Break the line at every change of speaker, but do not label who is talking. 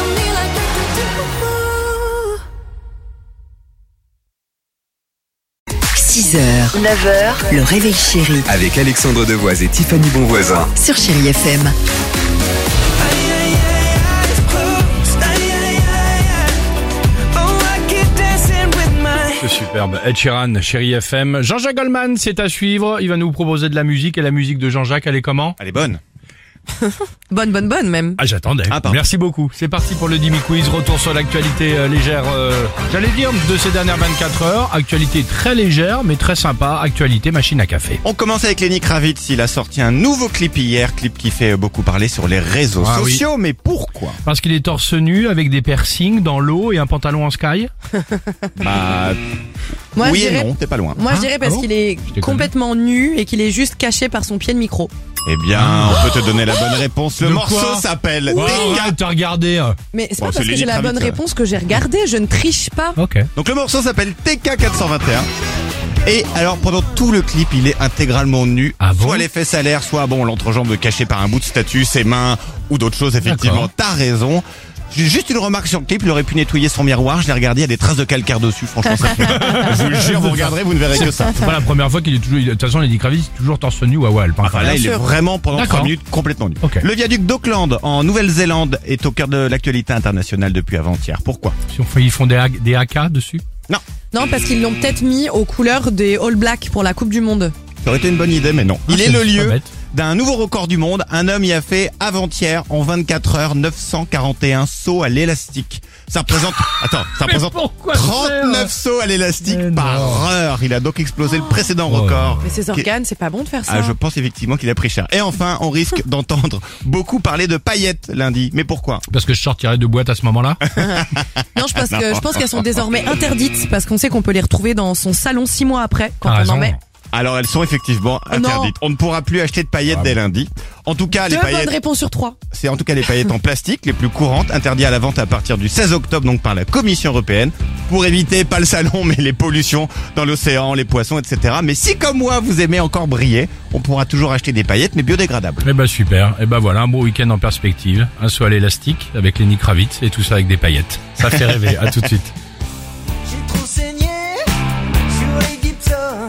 on me like we could do.
6h, 9h, le réveil chéri
Avec Alexandre Devoise et Tiffany Bonvoisin.
sur Chérie FM.
C'est Superbe. Ed Sheeran, chérie FM. Jean-Jacques Goldman, c'est à suivre. Il va nous proposer de la musique. Et la musique de Jean-Jacques, elle est comment
Elle est bonne.
Bonne, bonne, bonne même.
Ah, j'attendais.
Ah, pardon.
Merci beaucoup. C'est parti pour le Dimi Quiz. Retour sur l'actualité euh, légère, euh, j'allais dire, de ces dernières 24 heures. Actualité très légère, mais très sympa. Actualité machine à café.
On commence avec Lenny Kravitz. Il a sorti un nouveau clip hier, clip qui fait beaucoup parler sur les réseaux
Ah oui.
sociaux. Mais pourquoi
Parce qu'il est torse nu, avec des piercings, dans l'eau et un pantalon en sky.
Bah,
Moi,
oui
je
et
dirais,
non, t'es pas loin.
Moi,
Ah,
je dirais
ah
parce
bon
qu'il est
déconne.
complètement nu et qu'il est juste caché par son pied de micro.
Eh bien, on peut te donner la bonne réponse. Le
De
morceau
quoi
s'appelle
Wow,
Dinga.
t'as regardé. euh.
Mais c'est
Bon,
pas parce
c'est
que
Lenny
j'ai la bonne
Kravitz,
réponse que j'ai regardé, je ne triche pas.
Ok.
Donc le morceau s'appelle TK421. Et alors pendant tout le clip, il est intégralement nu,
Ah bon
soit les fesses à l'air, soit bon l'entrejambe cachée par un bout de statue, ses mains ou d'autres choses. Effectivement,
D'accord.
t'as raison. J'ai Juste une remarque sur le clip, il aurait pu nettoyer son miroir. Je l'ai regardé, il y a des traces de calcaire dessus. Franchement, ça fait- je vous le jure, vous regarderez, vous ne verrez que ça.
C'est pas la première fois qu'il est toujours. De toute façon, Lady Kravitz est toujours torse nu. hein, Ouais, ouais, le
Enfin,
pantalon.
Ah, bah là, il est vraiment pendant
D'accord.
3 minutes complètement nu.
Ok.
Le viaduc d'Auckland en Nouvelle-Zélande est au cœur de l'actualité internationale depuis avant-hier. Pourquoi
Si on fait- Ils font des, ha- des AK dessus.
Non, parce qu'ils l'ont peut-être mis aux couleurs des All Blacks pour la Coupe du Monde.
Ça aurait été une bonne idée, mais non. Il
Ah,
est
c'est
le
pas
lieu
bête.
d'un nouveau record du monde. Un homme y a fait avant-hier en 24 heures 941 sauts à l'élastique. Ça représente attends, ça représente
pourquoi euh,
39 sauts à l'élastique
Mais
par
non.
heure. Il a donc explosé le précédent
Oh.
record.
Mais hein. ses
qui-
organes, c'est pas bon de faire ça.
Ah, je pense effectivement qu'il a pris cher. Et enfin, on risque d'entendre beaucoup parler de paillettes lundi. Mais pourquoi
Parce que je sortirais de boîte à ce moment-là.
Non, je pense que je pense qu'elles sont désormais interdites parce qu'on sait qu'on peut les retrouver dans son salon six mois après quand
T'as
on en
raison.
met.
Alors elles sont effectivement
Oh non. Ah
interdites. On ne pourra plus acheter de paillettes dès lundi. En tout cas, Ah, les
Deux bonnes
paillettes,
réponses sur trois.
c'est en tout cas les paillettes en plastique les plus courantes, interdites à la vente à partir du 16 octobre donc par la Commission européenne pour éviter pas le salon mais les pollutions dans l'océan, les poissons, etc. Mais si comme moi vous aimez encore briller, on pourra toujours acheter des paillettes mais biodégradables.
Eh ben super. Eh ben voilà, un beau week-end en perspective. Un saut à l'élastique avec Lenny Kravitz et tout ça avec des paillettes. Ça fait rêver. À tout de suite.
J'ai trop saigné sur Gibson.